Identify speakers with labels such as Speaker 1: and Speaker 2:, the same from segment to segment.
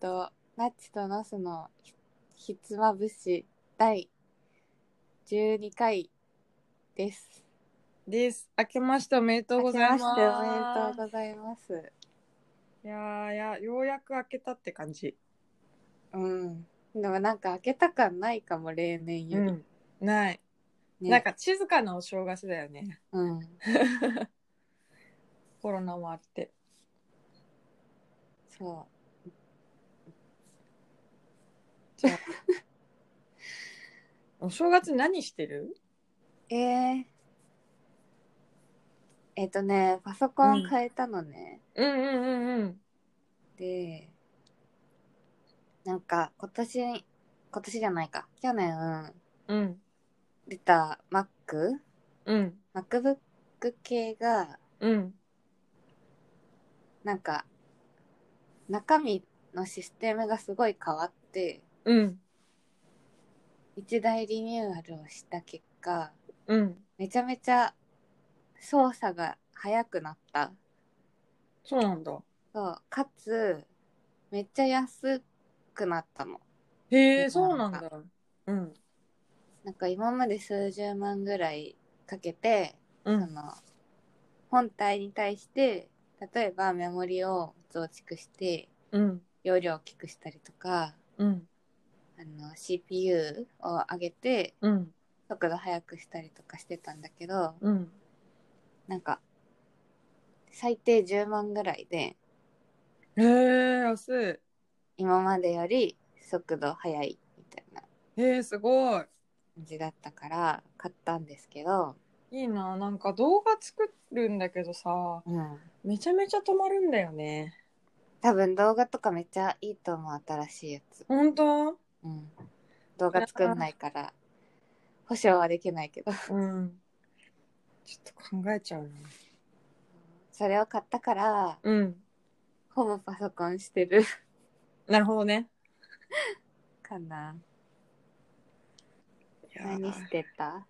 Speaker 1: とナッチとナスのひひつまぶし第12回です。
Speaker 2: です。明けましておめでとうございます。
Speaker 1: 明けましておめでとうございます。
Speaker 2: いやーいや、ようやく明けたって感じ。
Speaker 1: うん。でもなんか開けた感ないかも例年より。
Speaker 2: ん、ない、
Speaker 1: ね
Speaker 2: なんか静かなお正月だよね。
Speaker 1: うん。
Speaker 2: コロナもあって。
Speaker 1: そ
Speaker 2: じゃ あお正月何してる
Speaker 1: う。えー、えっ、とねパソコン変えたのね。
Speaker 2: うんうんうんうん。
Speaker 1: でなんか今年今年じゃないか去年
Speaker 2: うん
Speaker 1: 出た Mac
Speaker 2: うん
Speaker 1: MacBook 系が
Speaker 2: うん
Speaker 1: なんか中身のシステムがすごい変わって
Speaker 2: うん
Speaker 1: 一大リニューアルをした結果
Speaker 2: うん。
Speaker 1: めちゃめちゃ操作が速くなった
Speaker 2: そうなんだ。
Speaker 1: そうかつめっちゃ安くなったの
Speaker 2: へ
Speaker 1: う
Speaker 2: え、
Speaker 1: ん
Speaker 2: そうなんだ。うん
Speaker 1: なんか今まで数十万ぐらいかけて
Speaker 2: う
Speaker 1: そ
Speaker 2: ん
Speaker 1: の本体に対して例えばメモリを増築して
Speaker 2: うん
Speaker 1: 容量を大きくしたりとか
Speaker 2: うん
Speaker 1: あの CPU を上げて
Speaker 2: うん
Speaker 1: 速度速くしたりとかしてたんだけど
Speaker 2: うん。
Speaker 1: なんか最低10万ぐらいで
Speaker 2: へえ、安い。
Speaker 1: 今までより速度速いみたいな
Speaker 2: へえ、すごい。
Speaker 1: 感じだったから買ったんですけど、
Speaker 2: いいな、なんか動画作るんだけどさ、
Speaker 1: うん、
Speaker 2: めちゃめちゃ止まるんだよね。
Speaker 1: 多分動画とかめっちゃいいと思う新しいやつ、
Speaker 2: 本当
Speaker 1: うん、動画作んないから保証はできないけど
Speaker 2: うん。ちょっと考えちゃうな。
Speaker 1: それを買ったから
Speaker 2: うん。
Speaker 1: ほぼパソコンしてる
Speaker 2: なるほどね。
Speaker 1: かない
Speaker 2: やー
Speaker 1: 何してた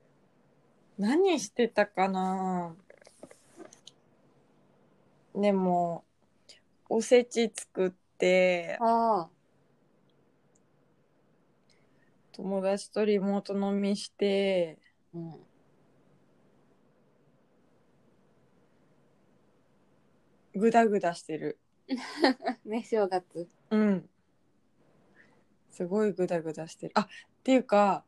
Speaker 2: 何してたかなでも、おせち作って、
Speaker 1: おー
Speaker 2: 友達とリモート飲みして、
Speaker 1: うん
Speaker 2: ぐだぐだしてる。
Speaker 1: ね正月
Speaker 2: うん。すごいグダグダしてる。あ、っていうか、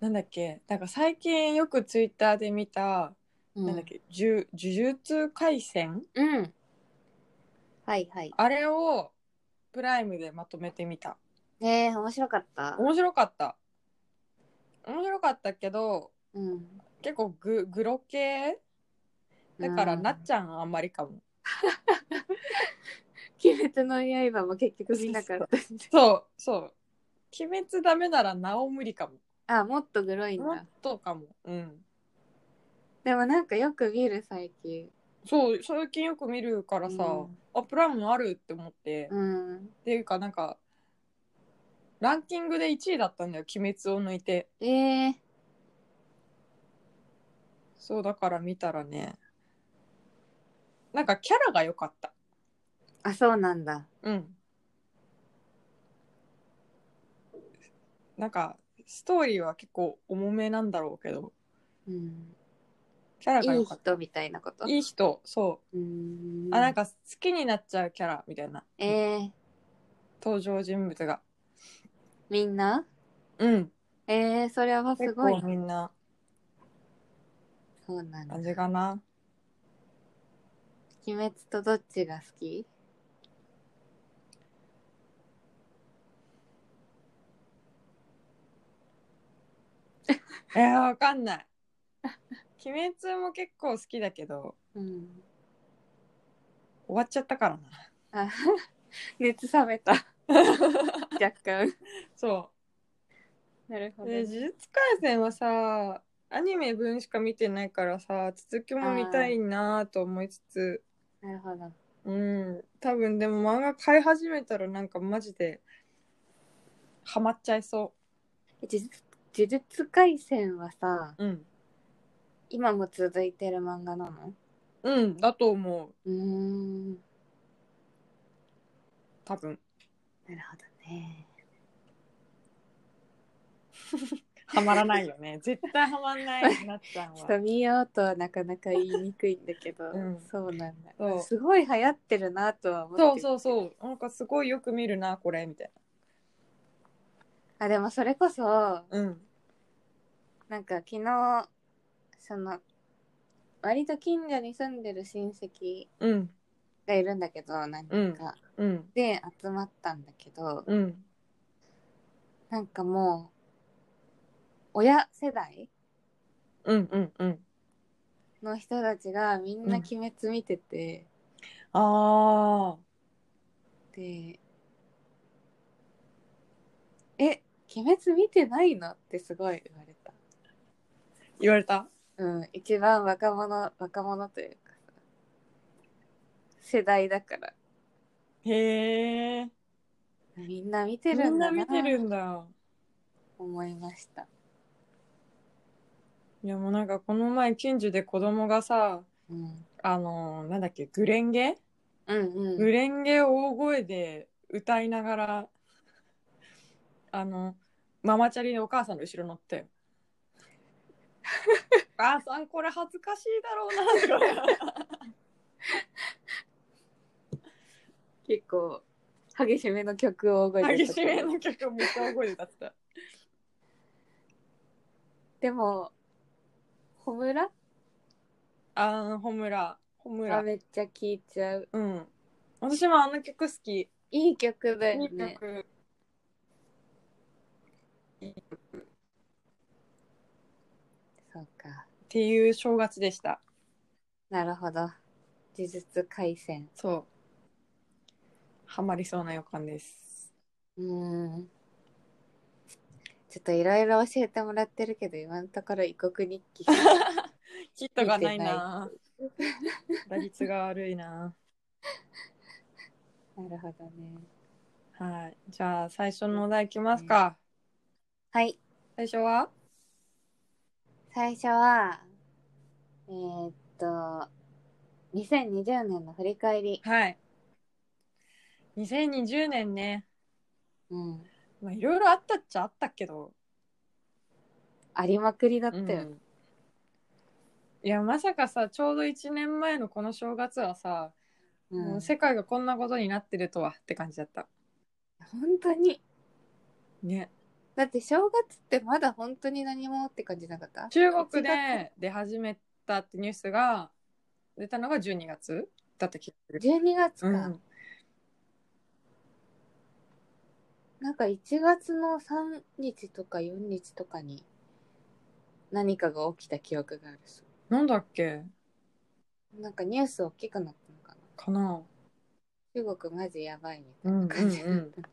Speaker 2: なんだっけ、なんか最近よくツイッターで見た、
Speaker 1: うん
Speaker 2: なんだっけ、呪呪術廻戦
Speaker 1: うんはいはい
Speaker 2: あれをプライムでまとめてみた。
Speaker 1: ねえ面白かった
Speaker 2: 面白かった。面白かったけど、
Speaker 1: うん
Speaker 2: 結構ググロ系だから
Speaker 1: うん
Speaker 2: なっちゃんあんまりかも。
Speaker 1: 鬼滅の刃も結局見なかったし
Speaker 2: そう、そう。鬼滅ダメならなお無理かも。
Speaker 1: あもっとグロいん
Speaker 2: も
Speaker 1: だ
Speaker 2: っとかも。うん。
Speaker 1: でもなんかよく見る最近
Speaker 2: そう最近よく見るからさ、
Speaker 1: うん
Speaker 2: あプラムあるって思って、っ
Speaker 1: うん
Speaker 2: ていうかなんかランキングで1位だったんだよ「鬼滅」を抜いて
Speaker 1: えー、
Speaker 2: そうだから見たらねなんかキャラが良かった
Speaker 1: あそうなんだ
Speaker 2: うんなんかストーリーは結構重めなんだろうけど
Speaker 1: うん
Speaker 2: キャラが
Speaker 1: いい
Speaker 2: 良かった
Speaker 1: 人みたいなこと
Speaker 2: いい人そう
Speaker 1: ー
Speaker 2: う、
Speaker 1: ん
Speaker 2: あなんか好きになっちゃうキャラみたいな
Speaker 1: えー、
Speaker 2: 登場人物が
Speaker 1: みんな
Speaker 2: うん
Speaker 1: えー、それはす
Speaker 2: 結
Speaker 1: ごい
Speaker 2: 構みんな
Speaker 1: そうなんだ
Speaker 2: 感じかな
Speaker 1: 鬼滅とどっちが好き
Speaker 2: えー、わかんない。 鬼滅も結構好きだけど、
Speaker 1: うん
Speaker 2: 終わっちゃったからな。
Speaker 1: あ 熱冷 めた若干
Speaker 2: そ
Speaker 1: なるほ
Speaker 2: う。
Speaker 1: ど
Speaker 2: で、
Speaker 1: ね、
Speaker 2: 呪術廻戦はさ、アニメ分しか見てないからさ、続きも見たいなと思いつつ、
Speaker 1: なるほど
Speaker 2: うん、多分でも漫画買い始めたらなんかマジで、ハマっちゃいそ
Speaker 1: え呪術呪術廻戦はさ
Speaker 2: う。うん。
Speaker 1: 今も続いてる漫画なの
Speaker 2: うん、だと思う。
Speaker 1: うーん
Speaker 2: 多分
Speaker 1: なるほどね。
Speaker 2: はまらないよね 絶対はまんないなっちゃ ん
Speaker 1: ちょっと
Speaker 2: は
Speaker 1: 見ようとはなかなか言いにくいんだけど、
Speaker 2: うん
Speaker 1: そうなんだ
Speaker 2: そう
Speaker 1: すごい流行ってるなとは思って
Speaker 2: そうそうそうなんかすごいよく見るなこれみたい
Speaker 1: あでもそれこそ
Speaker 2: なうん
Speaker 1: なんか昨日その割と近所に住んでる親戚
Speaker 2: うん
Speaker 1: がいるんだけど何人か、
Speaker 2: うん
Speaker 1: で集まったんだけど
Speaker 2: うん
Speaker 1: なんかもう親世代
Speaker 2: うんうんうん
Speaker 1: の人たちがみんな「
Speaker 2: うん
Speaker 1: 鬼滅」見てて、
Speaker 2: あ
Speaker 1: で「え鬼滅見てないの?」ってすごい言われた。
Speaker 2: ー言われた
Speaker 1: うん、一番若者若者というか世代だから
Speaker 2: へえ
Speaker 1: みんな見て
Speaker 2: み
Speaker 1: る
Speaker 2: ん
Speaker 1: んだな
Speaker 2: な見
Speaker 1: と
Speaker 2: てるんだ
Speaker 1: 思いました、
Speaker 2: いやもうなんかこの前近所で子供がさ
Speaker 1: うん、
Speaker 2: あのーなんだっけグレンゲ、
Speaker 1: うんうん
Speaker 2: グレンゲを大声で歌いながらあのママチャリでお母さんの後ろ乗って お母さんこれ恥ずかしいだろうなとか
Speaker 1: 結構激しめの曲を覚えて
Speaker 2: 激しめの曲をめっちゃ大声で歌ってた
Speaker 1: でもホムラ
Speaker 2: あのホムラホム
Speaker 1: が
Speaker 2: ラ
Speaker 1: めっちゃ聴いちゃう
Speaker 2: うん私もあの曲好き
Speaker 1: いい曲だ
Speaker 2: い
Speaker 1: よ
Speaker 2: い
Speaker 1: ね
Speaker 2: 曲
Speaker 1: そうか
Speaker 2: っていう正月でした
Speaker 1: なるほど呪術廻戦
Speaker 2: そうハマりそうな予感です
Speaker 1: うんちょっといろいろ教えてもらってるけど今のところ異国日 記
Speaker 2: ヒットがないな。打率が悪いな。
Speaker 1: なるほどね
Speaker 2: はい。じゃあ最初のお題いきますか。
Speaker 1: はい
Speaker 2: 最初は
Speaker 1: 最初はえーっと2020年の振り返り、
Speaker 2: はい。2020年ね。
Speaker 1: うん、
Speaker 2: まあいろいろあったっちゃあったけど。
Speaker 1: ありまくりだったよ、
Speaker 2: うんいやまさかさちょうど1年前のこの正月はさ、
Speaker 1: うん
Speaker 2: もう世界がこんなことになってるとはって感じだった
Speaker 1: 本当に
Speaker 2: ね
Speaker 1: だって正月ってまだ本当に何もって感じなかった
Speaker 2: 中国
Speaker 1: 8
Speaker 2: で出始めたってニュースが出たのが12月だった気がする、
Speaker 1: 12月か、
Speaker 2: うん、
Speaker 1: なんか1月の3日とか4日とかに何かが起きた記憶があるし
Speaker 2: なんだっけ
Speaker 1: なんかニュース大きくなったのか
Speaker 2: かな
Speaker 1: な中国マジやばいみたいな感じだった、
Speaker 2: うん うんうん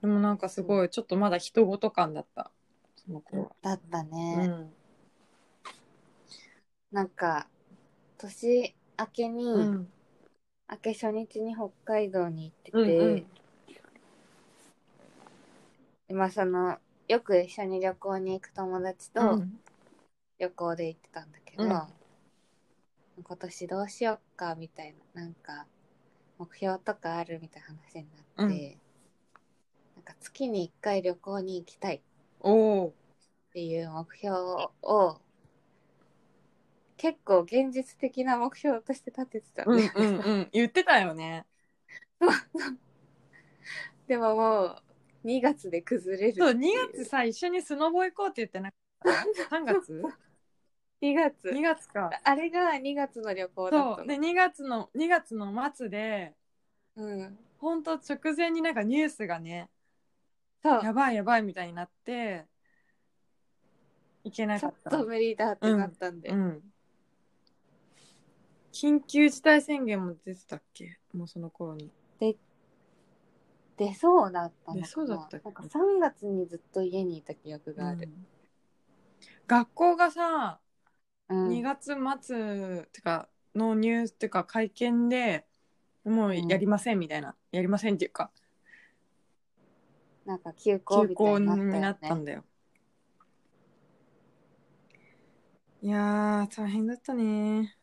Speaker 2: でもなんかすごいちょっとまだ人事感だったその頃は、
Speaker 1: だったね、
Speaker 2: うん
Speaker 1: なんか年明けに、
Speaker 2: うん
Speaker 1: 明け初日に北海道に行
Speaker 2: う
Speaker 1: ってて、
Speaker 2: んうん
Speaker 1: 今そのよく一緒に旅行に行く友達
Speaker 2: う
Speaker 1: と
Speaker 2: ん
Speaker 1: 旅行で行ってたんだけど、
Speaker 2: うん
Speaker 1: 今年どうしよっかみたいななんか目標とかあるみたいな話になって、なんか月に1回旅行に行きたい
Speaker 2: おお
Speaker 1: っていう目標を結構現実的な目標として立ててた
Speaker 2: う
Speaker 1: の
Speaker 2: ん
Speaker 1: ね、
Speaker 2: うんうん 言ってたよね
Speaker 1: でももう2月で崩れるってい
Speaker 2: そう2月さ一緒にスノボ行こうって言ってなかった3 月
Speaker 1: 2月
Speaker 2: 2月か
Speaker 1: あれが2月の旅行だった
Speaker 2: そう
Speaker 1: の
Speaker 2: で2月の2月の末で
Speaker 1: うん、
Speaker 2: ほんと直前になんかニュースがね
Speaker 1: そう
Speaker 2: やばいやばいみたいになって行けな
Speaker 1: ち
Speaker 2: か
Speaker 1: ょ
Speaker 2: っ
Speaker 1: ったと無理だってなったんで、
Speaker 2: うん、緊急事態宣言も出てたっけもうその頃に
Speaker 1: 出そうだったのかな
Speaker 2: 出そうだったっけ
Speaker 1: なんか3月にずっと家にいた記憶があ
Speaker 2: う
Speaker 1: る、
Speaker 2: ん学校がさ、
Speaker 1: うん
Speaker 2: 2月末ってかのニュースってか会見でもうやりませんみたいな、やりませんっていうか
Speaker 1: なんか休校み
Speaker 2: 休
Speaker 1: たい
Speaker 2: 校
Speaker 1: になったよ、
Speaker 2: に
Speaker 1: ね、
Speaker 2: なったんだよいやー大変だったね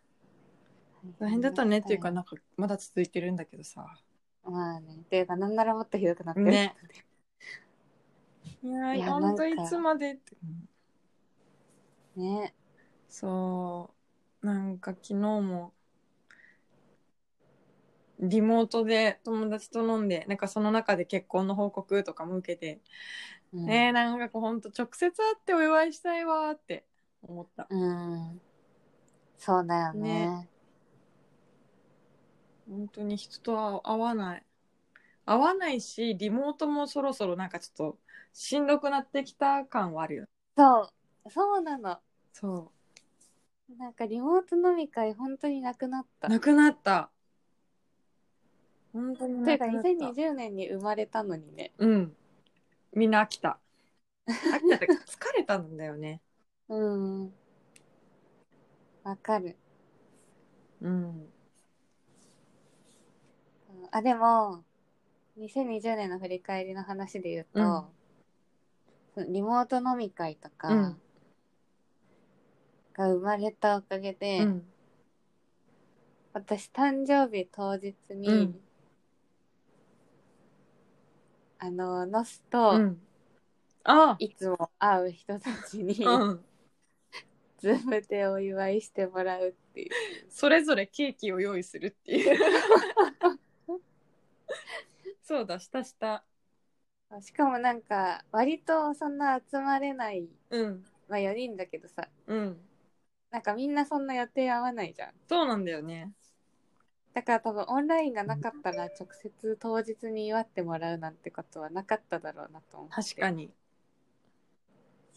Speaker 2: 大変だったねっていうか
Speaker 1: な。
Speaker 2: なんかまだ続いてるんだけどさ
Speaker 1: まあね。っていうか、なんならもっとひどくなってる。
Speaker 2: ねいや
Speaker 1: い
Speaker 2: ー
Speaker 1: や
Speaker 2: ほんと
Speaker 1: なん
Speaker 2: い
Speaker 1: か
Speaker 2: つまでって
Speaker 1: ね。
Speaker 2: そうなんか昨日もリモートで友達と飲んでなんかその中で結婚の報告とかも受けて、
Speaker 1: うん
Speaker 2: ねえなんかこうほんと直接会ってお祝いしたいわーって思った
Speaker 1: うん。そうだよね。
Speaker 2: 本当に人と会わない会わないしリモートもそろそろなんかちょっとしんどくなってきた感はあるよね
Speaker 1: そう。そうなの。
Speaker 2: そ
Speaker 1: なんかリモート飲み会、本当になくなった。
Speaker 2: うなくなった本当に
Speaker 1: とい
Speaker 2: な
Speaker 1: うか、
Speaker 2: くなった
Speaker 1: 2020年に生まれたのにね。
Speaker 2: うんみんな飽きた飽きたってか疲れたんだよね
Speaker 1: うん。わかる。
Speaker 2: うん
Speaker 1: うんあ、でも、2020年の振り返りの話で言うと、そのリモート飲み会とか
Speaker 2: うん
Speaker 1: が生まれたおかげで、
Speaker 2: うん
Speaker 1: 私誕生日当日に、
Speaker 2: うん
Speaker 1: あの、ノス
Speaker 2: う
Speaker 1: と
Speaker 2: んあ
Speaker 1: いつも会う人たちに、
Speaker 2: うん
Speaker 1: ズームでお祝いしてもらうっていう。
Speaker 2: それぞれケーキを用意するって いうそうだしたした
Speaker 1: しかもなんか、割とそんな集まれない、
Speaker 2: うん
Speaker 1: まあ4人だけどさ、
Speaker 2: うん
Speaker 1: なんかみんなそんな予定合わないじゃん。
Speaker 2: そうなんだよね
Speaker 1: だから多分オンラインがなかったら直接当日に祝ってもらうなんてことはなかっただろうなと思って
Speaker 2: 確か
Speaker 1: に
Speaker 2: に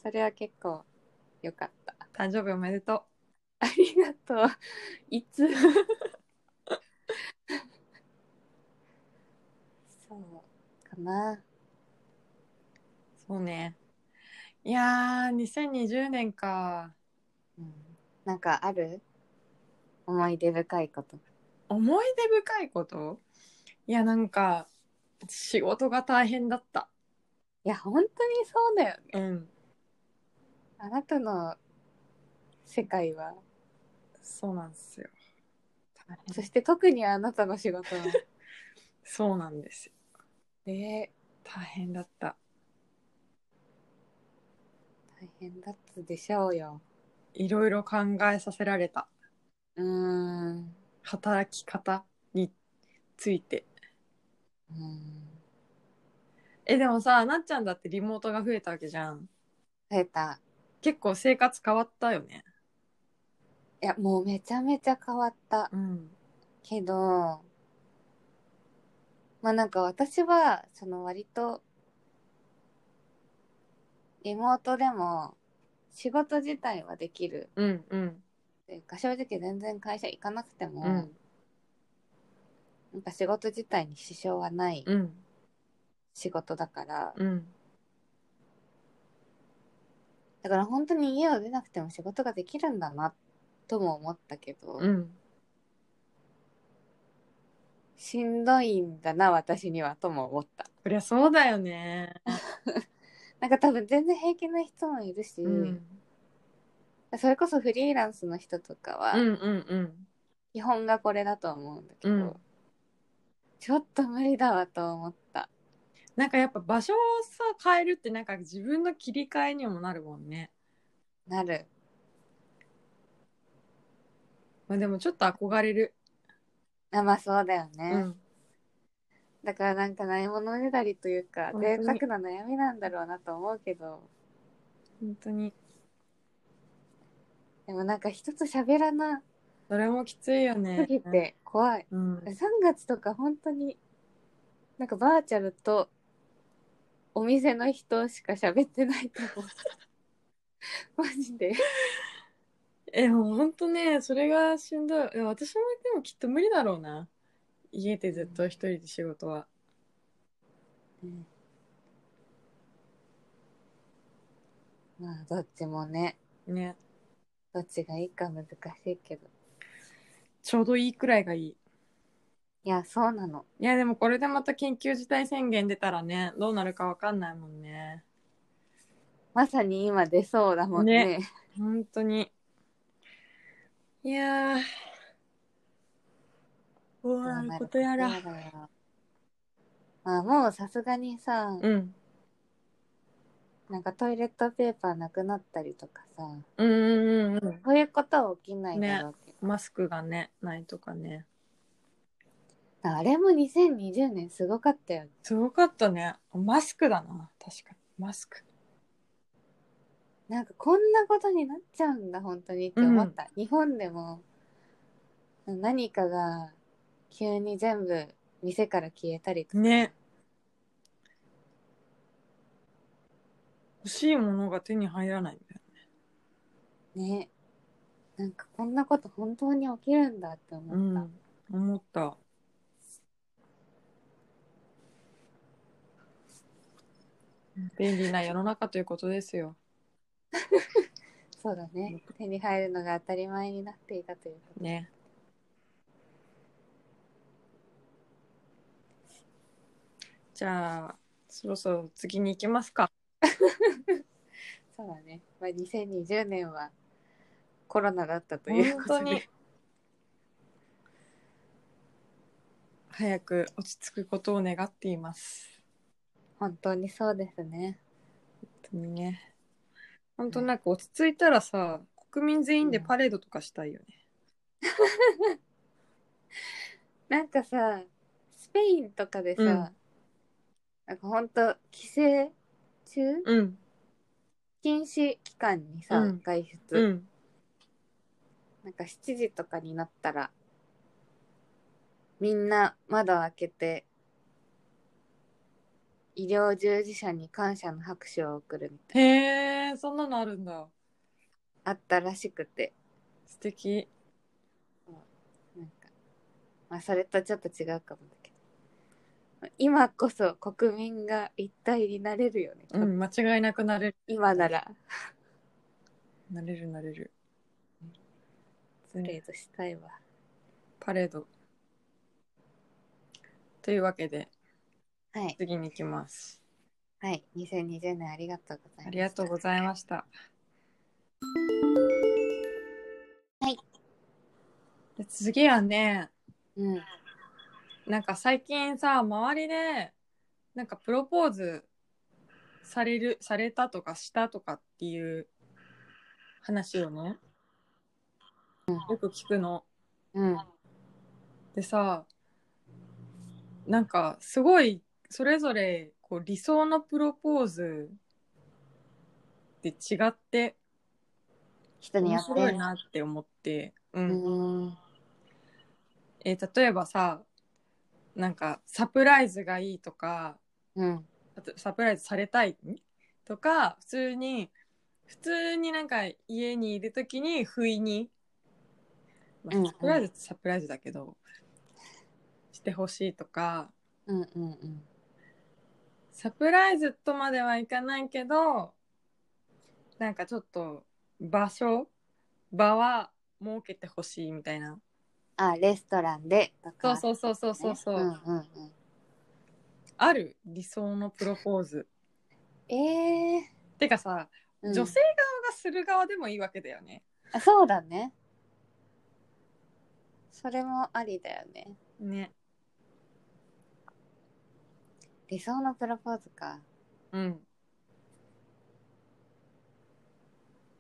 Speaker 1: それは結構良かった
Speaker 2: 誕生日おめでと
Speaker 1: ありがとういつ そうかな
Speaker 2: うそうねいやー2020年か
Speaker 1: うんなんかある思い出深いこと
Speaker 2: 思い出深いこといやなんか仕事が大変だった
Speaker 1: いや本当にそうだよね
Speaker 2: うん
Speaker 1: あなたの世界は
Speaker 2: そうなんですよ大
Speaker 1: そ
Speaker 2: 変
Speaker 1: して特にあなたの仕 事は
Speaker 2: そうなんですよ
Speaker 1: ね
Speaker 2: 大変だった
Speaker 1: 大変だったでしょうよ
Speaker 2: いろいろ考えさせられた
Speaker 1: うーん
Speaker 2: 働き方について
Speaker 1: うん
Speaker 2: えでもさなっちゃんだってリモートが増えたわけじゃん
Speaker 1: 増えた。
Speaker 2: 結構生活変わったよね
Speaker 1: いや、もうめちゃめちゃ変わった
Speaker 2: うん
Speaker 1: けど、まあなんか私は、その割と、リモートでも仕事自体はできる
Speaker 2: うんうん
Speaker 1: っていうか、正直全然会社行かなくても、
Speaker 2: うん
Speaker 1: なんか仕事自体に支障はない
Speaker 2: うん
Speaker 1: 仕事だから、
Speaker 2: うん
Speaker 1: だから本当に家を出なくても仕事ができるんだな、とも思ったけど、
Speaker 2: うん
Speaker 1: しんどいんだな、私には、とも思った。
Speaker 2: そりゃそうだよね。
Speaker 1: なんか多分全然平気な人もいるし、
Speaker 2: うん
Speaker 1: それこそフリーランスの人とかは、
Speaker 2: うんうん
Speaker 1: 基本がこれだと思うんだけど、
Speaker 2: うん
Speaker 1: ちょっと無理だわと思った。
Speaker 2: なんかやっぱ場所をさ変えるってなんか自分の切り替えにもなるもんね。
Speaker 1: なる。
Speaker 2: まあでもちょっと憧れる。
Speaker 1: あまあそうだよ
Speaker 2: う
Speaker 1: ね。
Speaker 2: ん。
Speaker 1: だからなんかないものねだりというか、
Speaker 2: 本当
Speaker 1: 贅
Speaker 2: に
Speaker 1: 沢な悩みなんだろうなと思うけど、
Speaker 2: 本当に。
Speaker 1: でもなんか一つ喋らな
Speaker 2: それもきついよ
Speaker 1: す
Speaker 2: ね。
Speaker 1: ぎて怖い。
Speaker 2: うん。
Speaker 1: 3月とか本当に、なんかバーチャルとお店の人しか喋ってないと思う。 マジで。
Speaker 2: え、もう本当ね、それがしんどい。でも私もでもきっと無理だろうな。家でずっと一人で仕事は。
Speaker 1: うんまあどっちもね
Speaker 2: ね。
Speaker 1: どっちがいいか難しいけど
Speaker 2: ちょうどいいくらいがいい。
Speaker 1: いやそうなの
Speaker 2: いやでもこれでまた緊急事態宣言出たらね、どうなるかわかんないもんね。
Speaker 1: まさに今出そうだもんね
Speaker 2: 本当に。いやー、
Speaker 1: なる
Speaker 2: ことやら
Speaker 1: そうだよまあもうさすがにさ、
Speaker 2: うん
Speaker 1: なんかトイレットペーパーなくなったりとかさ
Speaker 2: うんうんうん
Speaker 1: そういうことは起きないだろうけど、
Speaker 2: マスクがねないとかね
Speaker 1: あれも2020年すごかったよね
Speaker 2: すごかったねマスクだな確かにマスク
Speaker 1: なんかこんなことになっちゃうんだ本当にって思った、日本でも何かが急に全部店から消えたりとか、
Speaker 2: ね欲しいものが手に入らないんだよ
Speaker 1: ねなんかこんなこと本当に起きるんだって思った、
Speaker 2: うん、思った便利な世の中ということですよ
Speaker 1: そうだね手に入るのが当たり前になっていたということ
Speaker 2: ねじゃあそろそろ次に行きますか
Speaker 1: そうだね、まあ、2020年はコロナだったという
Speaker 2: 本
Speaker 1: こ
Speaker 2: 当
Speaker 1: と
Speaker 2: に
Speaker 1: で
Speaker 2: 早く落ち着くことを願っています
Speaker 1: 本当にそうですね
Speaker 2: 本当にね本当なんか落ち着いたらさ国民全員でパレードとかしたいよね、
Speaker 1: なんかさスペインとかでさ、
Speaker 2: うん
Speaker 1: なんかほんと帰省中
Speaker 2: うん
Speaker 1: 禁止期間にさ、
Speaker 2: うん
Speaker 1: 外出、
Speaker 2: うん
Speaker 1: なんか7時とかになったらみんな窓を開けて医療従事者に感謝の拍手を送るみたい
Speaker 2: へえそんなのあるんだ
Speaker 1: なあったらしくて
Speaker 2: 素敵
Speaker 1: なんか、まあ、それとちょっと違うかもだけど今こそ国民が一体になれるよね、
Speaker 2: うん間違いなくなれる
Speaker 1: 今なら
Speaker 2: なれるなれる
Speaker 1: トレードしたいわ
Speaker 2: パレードというわけで
Speaker 1: はい
Speaker 2: 次に行きます
Speaker 1: はい2020年ありがとうございます
Speaker 2: ありがとうございました
Speaker 1: はい
Speaker 2: で次はね
Speaker 1: うん
Speaker 2: なんか最近さ周りでなんかプロポーズされるされたとかしたとかっていう話をねよく聞くの。
Speaker 1: うん
Speaker 2: でさなんかすごいそれぞれこう理想のプロポーズって違って
Speaker 1: 人にや
Speaker 2: 面
Speaker 1: って
Speaker 2: 白いなって思って、う
Speaker 1: うんーん
Speaker 2: えー例えばさなんかサプライズがいいとか
Speaker 1: うん
Speaker 2: あとサプライズされたいんとか普通に普通になんか家にいる時に不意に、ま
Speaker 1: うんう
Speaker 2: あ、
Speaker 1: ん
Speaker 2: サプライズってサプライズだけど、してほしいとか
Speaker 1: うんうんうん
Speaker 2: サプライズとまではいかないけどなんかちょっと場所場は設けてほしいみたいな
Speaker 1: あレストランでと
Speaker 2: そう
Speaker 1: か
Speaker 2: そうそうそうそうそう、
Speaker 1: ねうんうんうん
Speaker 2: ある理想のプロポーズ
Speaker 1: ええ
Speaker 2: てかさ、
Speaker 1: ーうん
Speaker 2: 女性側がする側でもいいわけだよね
Speaker 1: あそうだねそれもありだよね
Speaker 2: ね
Speaker 1: 理想のプロポーズか
Speaker 2: うん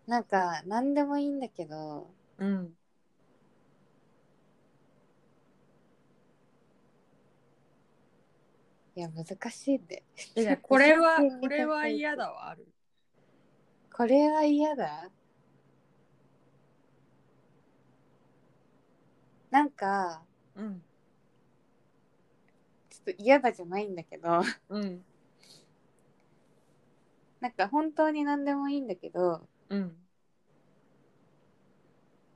Speaker 1: なんか何でもいいんだけど
Speaker 2: うん
Speaker 1: いや難しいんで
Speaker 2: いやこれは
Speaker 1: 真剣に考えて
Speaker 2: これは嫌だわある
Speaker 1: これは嫌だなんか
Speaker 2: うん
Speaker 1: ちょっと嫌だじゃないんだけど
Speaker 2: うん
Speaker 1: なんか本当に何でもいいんだけど
Speaker 2: うん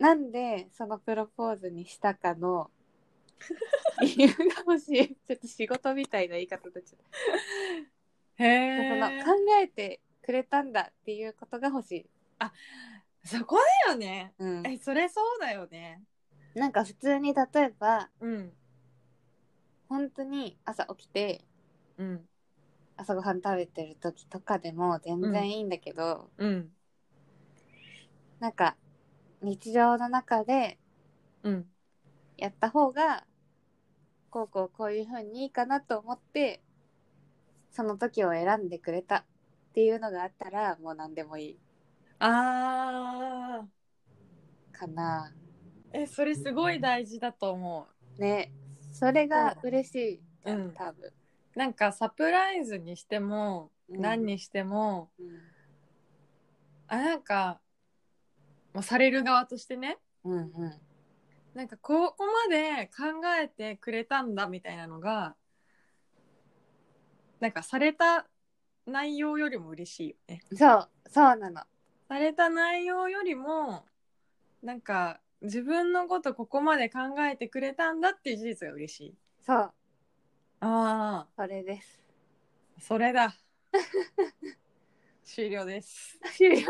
Speaker 1: なんでそのプロポーズにしたか の理由が欲しいちょっと仕事みたいな言い方だっちゃっ
Speaker 2: へ
Speaker 1: たその
Speaker 2: え
Speaker 1: 考えてくれたんだっていうことが欲しい、
Speaker 2: そこだよね
Speaker 1: うん、
Speaker 2: えそれそうだよね
Speaker 1: なんか普通に例えば
Speaker 2: うん
Speaker 1: 本当に朝起きて
Speaker 2: うん
Speaker 1: 朝ごはん食べてる時とかでも全然いいんだけど、
Speaker 2: うん
Speaker 1: なんか日常の中で
Speaker 2: うん
Speaker 1: やった方がこうこうこういうふうにいいかなと思ってその時を選んでくれたっていうのがあったらもう何でもいい
Speaker 2: あー
Speaker 1: かな
Speaker 2: えそれすごい大事だと思
Speaker 1: ねそれが嬉しいじゃん、
Speaker 2: うん
Speaker 1: 多分、
Speaker 2: うなんかサプライズにしても
Speaker 1: うん
Speaker 2: 何にしても、
Speaker 1: うん
Speaker 2: あなんかもうされる側としてね
Speaker 1: うんうん
Speaker 2: なんかここまで考えてくれたんだみたいなのがなんかされた内容よりも嬉しいよね。
Speaker 1: そうそうなの
Speaker 2: された内容よりもなんか自分のことここまで考えてくれたんだっていう事実が嬉しい。
Speaker 1: そう
Speaker 2: あ
Speaker 1: それです
Speaker 2: あそれだ。 終了です。
Speaker 1: 終了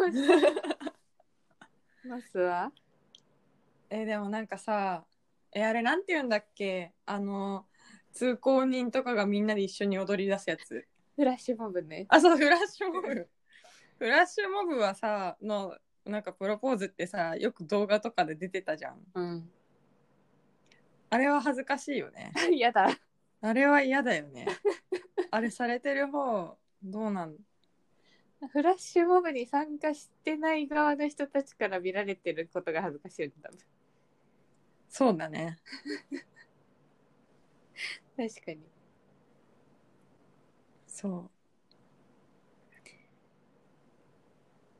Speaker 1: マスは
Speaker 2: えでもなんかさえあれなんて言うんだっけあの通行人とかがみんなで一緒に踊り出すやつ。
Speaker 1: フラッシュモブね
Speaker 2: あそうフラッシュモブフラッシュモブはさのなんかプロポーズってさよく動画とかで出てたじゃん
Speaker 1: うん
Speaker 2: あれは恥ずかしいよね
Speaker 1: 嫌だ
Speaker 2: あれは嫌だよねあれされてる方どうなん
Speaker 1: フラッシュモブに参加してない側の人たちから見られてることが恥ずかしいよね多
Speaker 2: そうだね
Speaker 1: 分確かに
Speaker 2: そ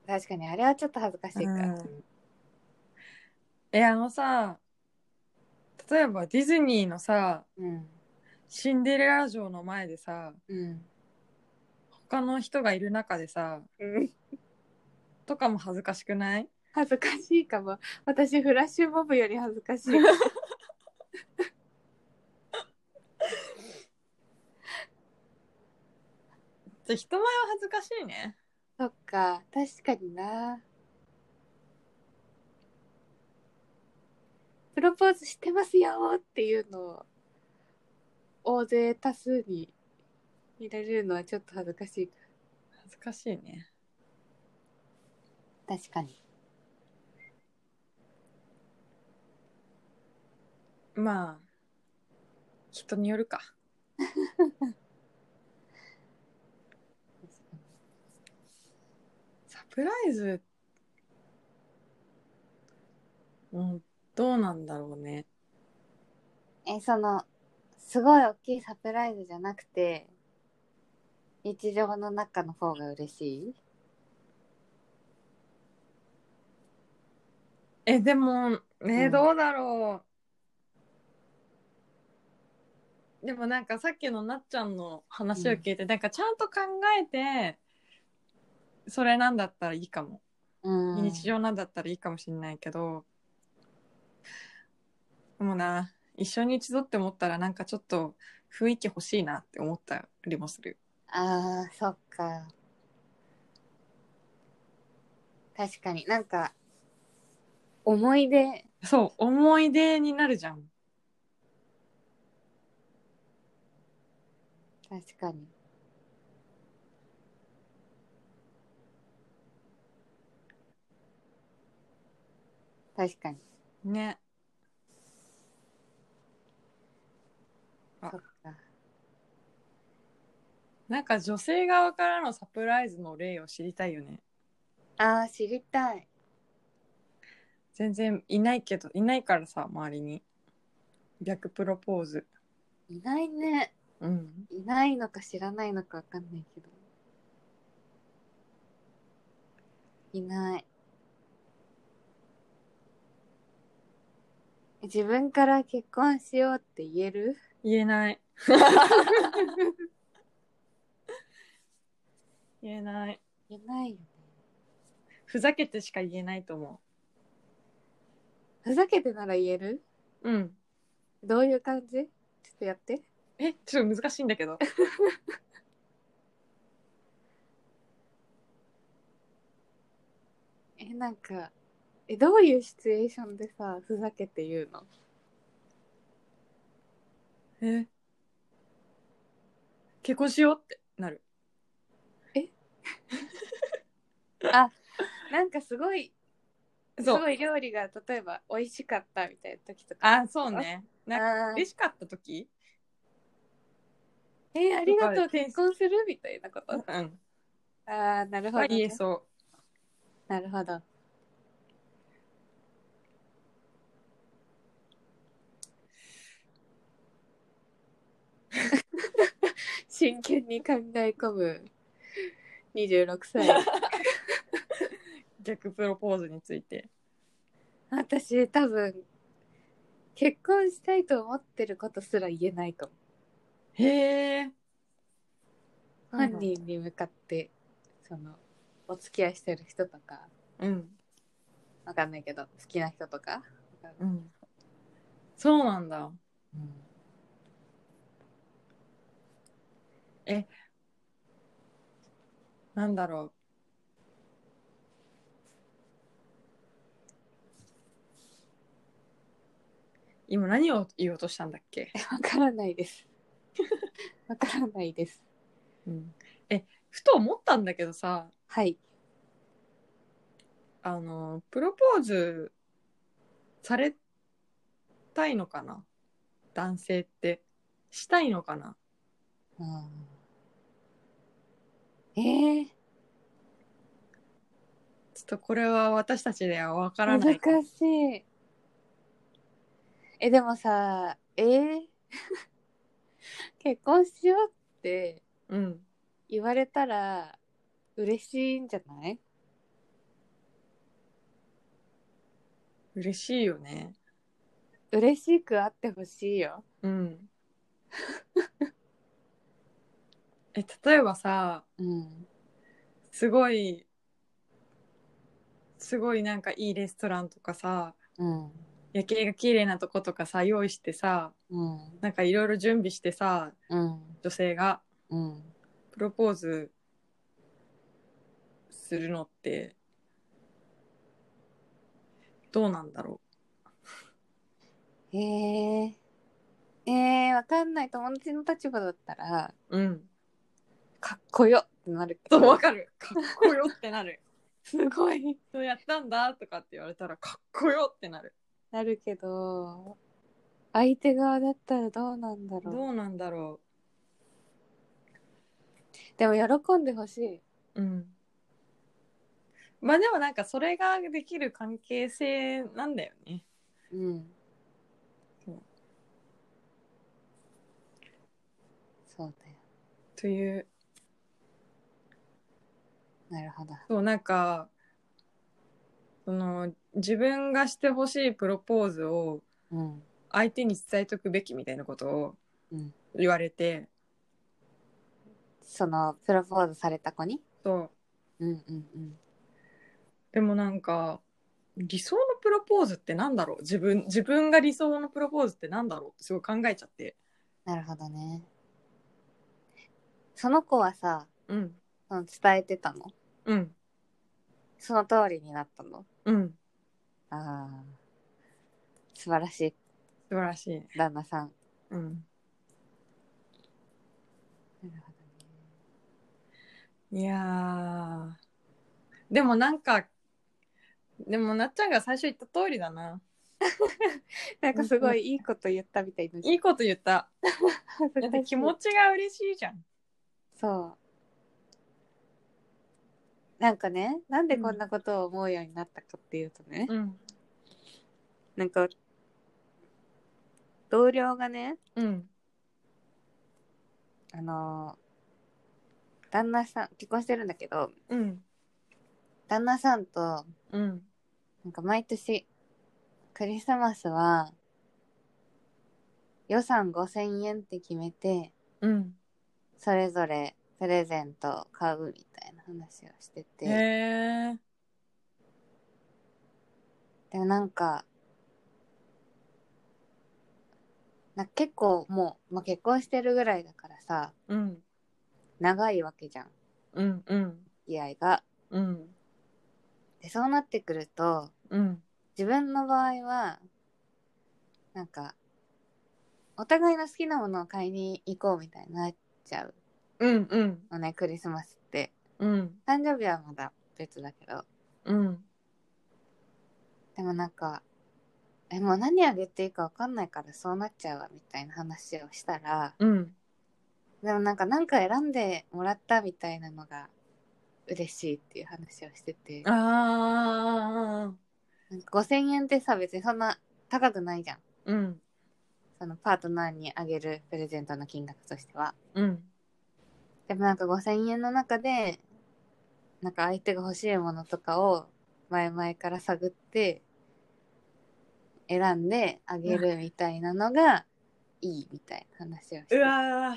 Speaker 1: 確かにあれはちょっと恥ずかし
Speaker 2: う
Speaker 1: いか、
Speaker 2: うんえあのさ例えばディズニーのさ
Speaker 1: うん
Speaker 2: シンデレラ城の前でさ
Speaker 1: うん
Speaker 2: 他の人がいる中でさ
Speaker 1: うん
Speaker 2: とかも恥ずかしくない
Speaker 1: 恥ずかしいかも私フラッシュモブより恥ずかし い
Speaker 2: じゃあ人前は恥ずかしいね
Speaker 1: そっか確かになプロポーズしてますよーっていうのを大勢多数に見られるのはちょっと恥ずかしいか
Speaker 2: 恥ずかしいね
Speaker 1: 確かに
Speaker 2: まあ人によるかサプライズうんどうなんだろうね
Speaker 1: えそのすごい大きいサプライズじゃなくて日常の中の方が嬉しい
Speaker 2: えでもね、
Speaker 1: うん
Speaker 2: どうだろうでもなんかさっきのなっちゃんの話を聞いて、なんかちゃんと考えてそれなんだったらいいかも
Speaker 1: うん
Speaker 2: 日常なんだったらいいかもしれないけど、でもな一緒に一度って思ったらなんかちょっと雰囲気欲しいなって思ったりもする
Speaker 1: あーそっか確かになんか思い出
Speaker 2: そう思い出になるじゃん
Speaker 1: 確かに確かに
Speaker 2: ねあ
Speaker 1: そっか
Speaker 2: なんか女性側からのサプライズの例を知りたいよね
Speaker 1: あー知りたい
Speaker 2: 全然いないけどいないからさ周りに逆プロポーズ
Speaker 1: いないね
Speaker 2: うん
Speaker 1: いないのか知らないのかわかんないけどいない自分から結婚しようって言える
Speaker 2: 言えない言えない
Speaker 1: 言えないよね
Speaker 2: ふざけてしか言えないと思
Speaker 1: ふざけてなら言える
Speaker 2: ううん
Speaker 1: どういう感じちょっとやって
Speaker 2: えちょっと難しいんだけど
Speaker 1: えなんかえどういうシチュエーションでさふざけて言うの
Speaker 2: え結婚しようってなる
Speaker 1: なんかすごいす
Speaker 2: そう
Speaker 1: ごい料理が例えば美味しかったみたいな時とか
Speaker 2: あそうねなんか
Speaker 1: あー
Speaker 2: 嬉しかった時
Speaker 1: えありがとう結婚するみたいなことあ
Speaker 2: うん。
Speaker 1: あーなるほ
Speaker 2: は
Speaker 1: ど、
Speaker 2: 言え
Speaker 1: ね、
Speaker 2: そ
Speaker 1: なるほ ど真剣に考え込む26歳
Speaker 2: う。逆プロポーズについて。
Speaker 1: 私多分結婚したいと思ってることすら言えないかも
Speaker 2: へえ。
Speaker 1: 本人に向かってそのお付き合いしてる人とか
Speaker 2: うん。
Speaker 1: わかんないけど好きな人とかわかん
Speaker 2: う
Speaker 1: ない
Speaker 2: ん。そうなんだ。なんだろう。今何を言おうとしたんだっけ、
Speaker 1: わからないです。 わからないです。
Speaker 2: うん、え、ふと思ったんだけどさ、
Speaker 1: はい。
Speaker 2: あの、プロポーズされたいのかな男性って。したいのかな
Speaker 1: ええ
Speaker 2: ちょっとこれは私たちではわからない。
Speaker 1: 難しい。え、でもさ、えー 結婚しようって
Speaker 2: うん。
Speaker 1: 言われたら嬉しいんじゃない
Speaker 2: 嬉しいよね。
Speaker 1: 嬉しくあってほしいよ。
Speaker 2: うん。え、例えばさ、
Speaker 1: うん。
Speaker 2: すごいすごいなんかいいレストランとかさ
Speaker 1: うん。
Speaker 2: 夜景が綺麗なとことかさ用意してさ
Speaker 1: うん。
Speaker 2: なんかいろいろ準備してさ
Speaker 1: うん。
Speaker 2: 女性が
Speaker 1: うん。
Speaker 2: プロポーズするのってどうなんだろ
Speaker 1: ええええわかんない友達の立場だったら、
Speaker 2: ううん
Speaker 1: かっこよってなるけ
Speaker 2: そう
Speaker 1: ど
Speaker 2: わ。かる かっこよってなる
Speaker 1: すごい。
Speaker 2: そうやったんだとかって言われたらかっこよってなる
Speaker 1: なるけど、相手側だったらどうなんだろう。
Speaker 2: どうなんだろ
Speaker 1: でも喜んでほしい。
Speaker 2: ううんまあでもなんかそれができる関係性なんだよね
Speaker 1: うん
Speaker 2: そう。
Speaker 1: そうだよ。
Speaker 2: という
Speaker 1: なるほど。
Speaker 2: そうなんかその自分がしてほしいプロポーズを
Speaker 1: うん。
Speaker 2: 相手に伝えとくべきみたいなことを
Speaker 1: うん。
Speaker 2: 言われて、
Speaker 1: その、プロポーズされた子に
Speaker 2: そ
Speaker 1: う
Speaker 2: う
Speaker 1: んうんうん。
Speaker 2: でもなんか理想のプロポーズってなんだろう自分自分が理想のプロポーズってなんだろうってすごい考えちゃって
Speaker 1: なるほどね。その子はさ、
Speaker 2: うん
Speaker 1: その伝えてたの
Speaker 2: うん
Speaker 1: その通りになったの
Speaker 2: うん
Speaker 1: ああ。素晴らし
Speaker 2: 素晴らしい、
Speaker 1: い、旦那さん。
Speaker 2: うん、
Speaker 1: なるほどね。
Speaker 2: いやーでもなんかでもなっちゃんが最初言った通りだな
Speaker 1: なんかすごいいいこと言ったみたいな。
Speaker 2: いいこと言った
Speaker 1: 恥ず
Speaker 2: だっ
Speaker 1: かしてい
Speaker 2: 気持ちが嬉しいじゃん
Speaker 1: そう。なんかね、なんでこんなことを思うようになったかっていうとね、
Speaker 2: うん
Speaker 1: なんか、同僚がね、
Speaker 2: うん
Speaker 1: あのー旦那さん、結婚してるんだけど、
Speaker 2: うん。
Speaker 1: 旦那さんと、
Speaker 2: うん。
Speaker 1: なんか毎年、クリスマスは、予算5000円って決めて、
Speaker 2: うん。
Speaker 1: それぞれプレゼントを買うみたいな話をしてて。
Speaker 2: へえ。
Speaker 1: でもなんか、な結構もう、まあ、結婚してるぐらいだからさ、
Speaker 2: うん。
Speaker 1: 長いわけじゃん、
Speaker 2: うん。うん。
Speaker 1: 付き合いが。
Speaker 2: うん。
Speaker 1: で、そうなってくると、
Speaker 2: うん。
Speaker 1: 自分の場合は、なんか、お互いの好きなものを買いに行こうみたいになっちゃう
Speaker 2: うん。うん。
Speaker 1: のね、クリスマスって。
Speaker 2: うん。
Speaker 1: 誕生日はまだ別だけど。
Speaker 2: うん。
Speaker 1: でもなんか、え、もう何あげていいかわかんないからそうなっちゃうわみたいな話をしたら、
Speaker 2: うん。
Speaker 1: でもなんか何か選んでもらったみたいなのが嬉しいっていう話をしてて
Speaker 2: ああ
Speaker 1: なんか5,000円ってさ別にそんな高くないじゃん
Speaker 2: うん
Speaker 1: そのパートナーにあげるプレゼントの金額としては
Speaker 2: うん
Speaker 1: でもなんか5,000円の中でなんか相手が欲しいものとかを前々から探って選んであげるみたいなのがいいみたいな話をして
Speaker 2: うわー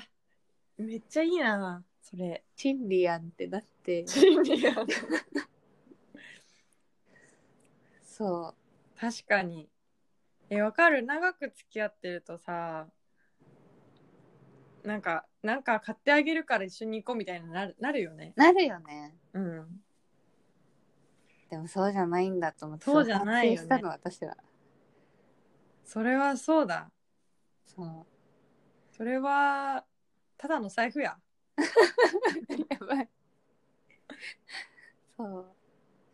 Speaker 2: めっちゃいいなそれ
Speaker 1: チンリアンってだってそ
Speaker 2: 確かにえわかる長く付き合ってるとさなんかなんか買ってあげるから一緒に行こうみたいになるなるよね
Speaker 1: うなるよね
Speaker 2: うん
Speaker 1: でもそうじゃないんだと思って
Speaker 2: そうじゃないよ
Speaker 1: 反
Speaker 2: ね
Speaker 1: 省したの私は
Speaker 2: それはそうだ
Speaker 1: そ
Speaker 2: それはただの財布や
Speaker 1: うやばいそう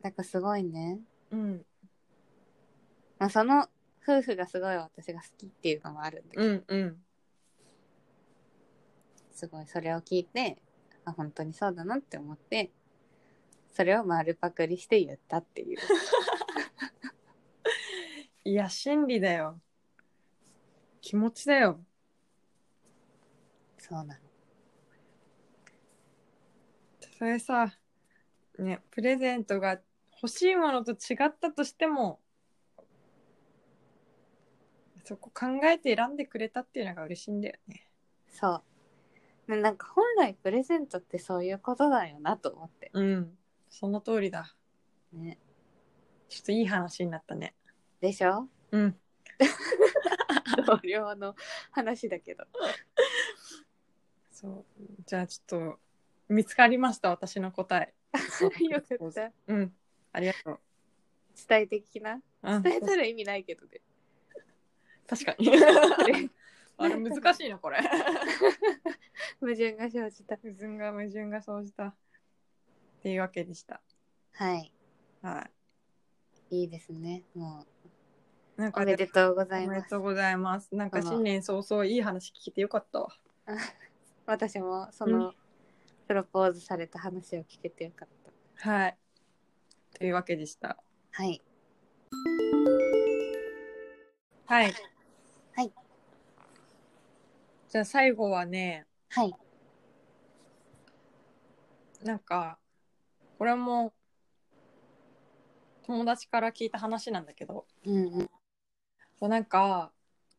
Speaker 1: なんかすごいね、
Speaker 2: うん
Speaker 1: まあ、その夫婦がすごい私が好きっていうのもあるんだけど、
Speaker 2: うんうん
Speaker 1: すごいそれを聞いてあ本当にそうだなって思ってそれを丸パクリして言ったっていう
Speaker 2: いや真理だよ気持ちだよ
Speaker 1: そうなの
Speaker 2: それさねプレゼントが欲しいものと違ったとしてもそこ考えて選んでくれたっていうのが嬉しいんだよね
Speaker 1: そうねなんか本来プレゼントってそういうことだよなと思って
Speaker 2: うんその通りだ
Speaker 1: ね
Speaker 2: ちょっといい話になったね
Speaker 1: でし ょ
Speaker 2: うん
Speaker 1: 同僚の話だけど
Speaker 2: そうじゃあちょっと見つかりました私の答え
Speaker 1: よかった
Speaker 2: うんありがとう
Speaker 1: 伝えてきな
Speaker 2: うん
Speaker 1: 伝えたら意味ないけどね
Speaker 2: 確かに あれ難しいなこ れ
Speaker 1: 矛盾が生じた
Speaker 2: 矛盾が矛盾が生じたっていうわけでした
Speaker 1: はい
Speaker 2: はい
Speaker 1: いいですねも
Speaker 2: なん
Speaker 1: う
Speaker 2: か
Speaker 1: おめでとうござい
Speaker 2: おめ
Speaker 1: ま
Speaker 2: ですとうございます。なんか
Speaker 1: その
Speaker 2: 新年早々いい話聞いてよかったわ。
Speaker 1: 私もそうのプロポーズされた話を聞けてよかった
Speaker 2: はい。というわけでした。
Speaker 1: はい
Speaker 2: はい。
Speaker 1: はい。
Speaker 2: じゃあ最後はね、
Speaker 1: はい
Speaker 2: なんか、これも友達から聞いた話なんだけど、
Speaker 1: うんうん
Speaker 2: そうなんか、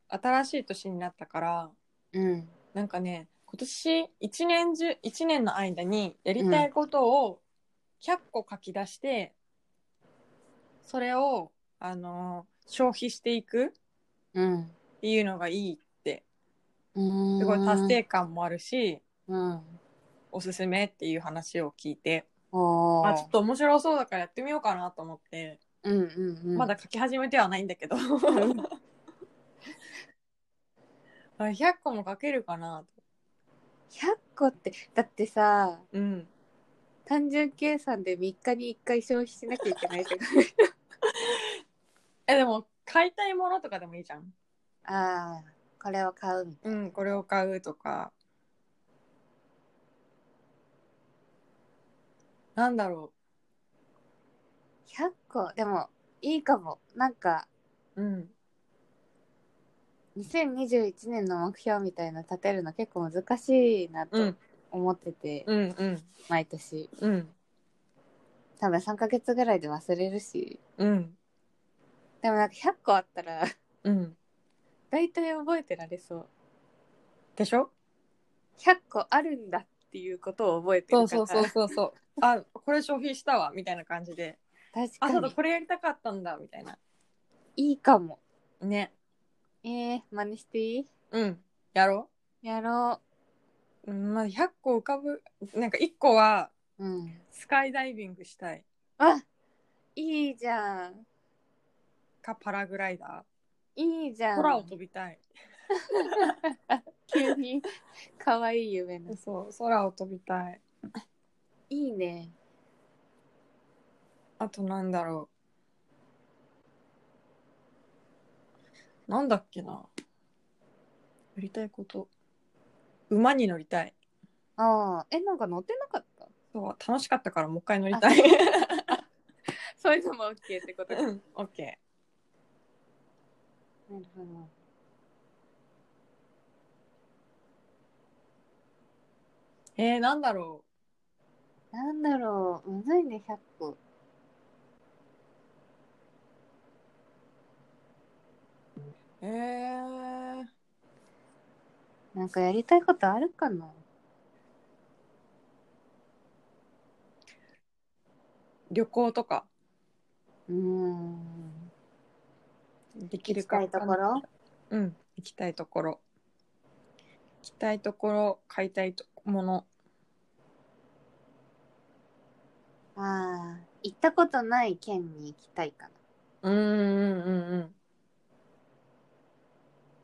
Speaker 2: 新しい年になったから、
Speaker 1: うん
Speaker 2: なんかね、今年一年中、一年の間にやりたいことを100個書き出して、それを、あのー消費していく
Speaker 1: うん
Speaker 2: っていうのがいいって、
Speaker 1: うん
Speaker 2: すごい達成感もあるし、
Speaker 1: うん
Speaker 2: おすすめっていう話を聞いて、
Speaker 1: お
Speaker 2: あ、ちょっ
Speaker 1: ー
Speaker 2: と面白そうだからやってみようかなと思って、
Speaker 1: うんうんうん
Speaker 2: まだ書き始めてはないんだけど。 あ100個も書けるかなと。
Speaker 1: 100個ってだってさ
Speaker 2: うん。
Speaker 1: 単純計算で3日に1回消費しなきゃいけないじゃない
Speaker 2: え、でも、買いたいものとかでもいいじゃん。
Speaker 1: あーこれを買うみたいな
Speaker 2: うん、これを買うとか。なんだろ
Speaker 1: 100個でもいいかもなんか
Speaker 2: う。うん。
Speaker 1: 2021年の目標みたいな立てるの結構難しいなと
Speaker 2: うん、
Speaker 1: 思ってて、
Speaker 2: うん、うん、
Speaker 1: 毎年
Speaker 2: うん、
Speaker 1: 多分3ヶ月ぐらいで忘れるし
Speaker 2: うん、
Speaker 1: でもなんか100個あったら
Speaker 2: うん。
Speaker 1: 大体覚えてられそう
Speaker 2: でしょ
Speaker 1: 100個あるんだっていうことを覚えて
Speaker 2: そ
Speaker 1: る
Speaker 2: う
Speaker 1: から
Speaker 2: そうそうそうそう。 あ、これ消費したわ、みたいな感じで。あ、
Speaker 1: 確
Speaker 2: そう
Speaker 1: か
Speaker 2: だ、
Speaker 1: に
Speaker 2: これやりたかったんだ、みたいな。
Speaker 1: いいかも
Speaker 2: ね。
Speaker 1: えー、真似していい
Speaker 2: うん。やろ
Speaker 1: やろ
Speaker 2: う。うん、まあ、100個浮かぶ。なんか1個は、
Speaker 1: ううん
Speaker 2: スカイダイビングしたい。
Speaker 1: あいいじゃん
Speaker 2: か、パラグライダ
Speaker 1: いいじゃ
Speaker 2: ー。
Speaker 1: ん
Speaker 2: 空を飛びたい。
Speaker 1: 急に 可愛い夢の
Speaker 2: そう、空を飛びたい。
Speaker 1: いいね
Speaker 2: あとなんだろう。なんだっけな。やりたいこと。馬に乗りたい。
Speaker 1: ああ、え、なんか乗ってなか った
Speaker 2: そう楽しかったからもう一回乗りたい。
Speaker 1: そういうのも OK ってことか。
Speaker 2: うん、オッケ
Speaker 1: なるほど。
Speaker 2: ー。えー、なんだろ
Speaker 1: なんだろう、むずいね、100個。
Speaker 2: う。えー、
Speaker 1: なんかやりたいことあるかな
Speaker 2: 旅行とか
Speaker 1: うーん。
Speaker 2: でき
Speaker 1: 行
Speaker 2: る
Speaker 1: きた
Speaker 2: か
Speaker 1: いところ
Speaker 2: うん、行きたいところ。行きたいところ、買いたいともの。
Speaker 1: ああ、行ったことない県に行きたいかな。
Speaker 2: うんうんうんうん。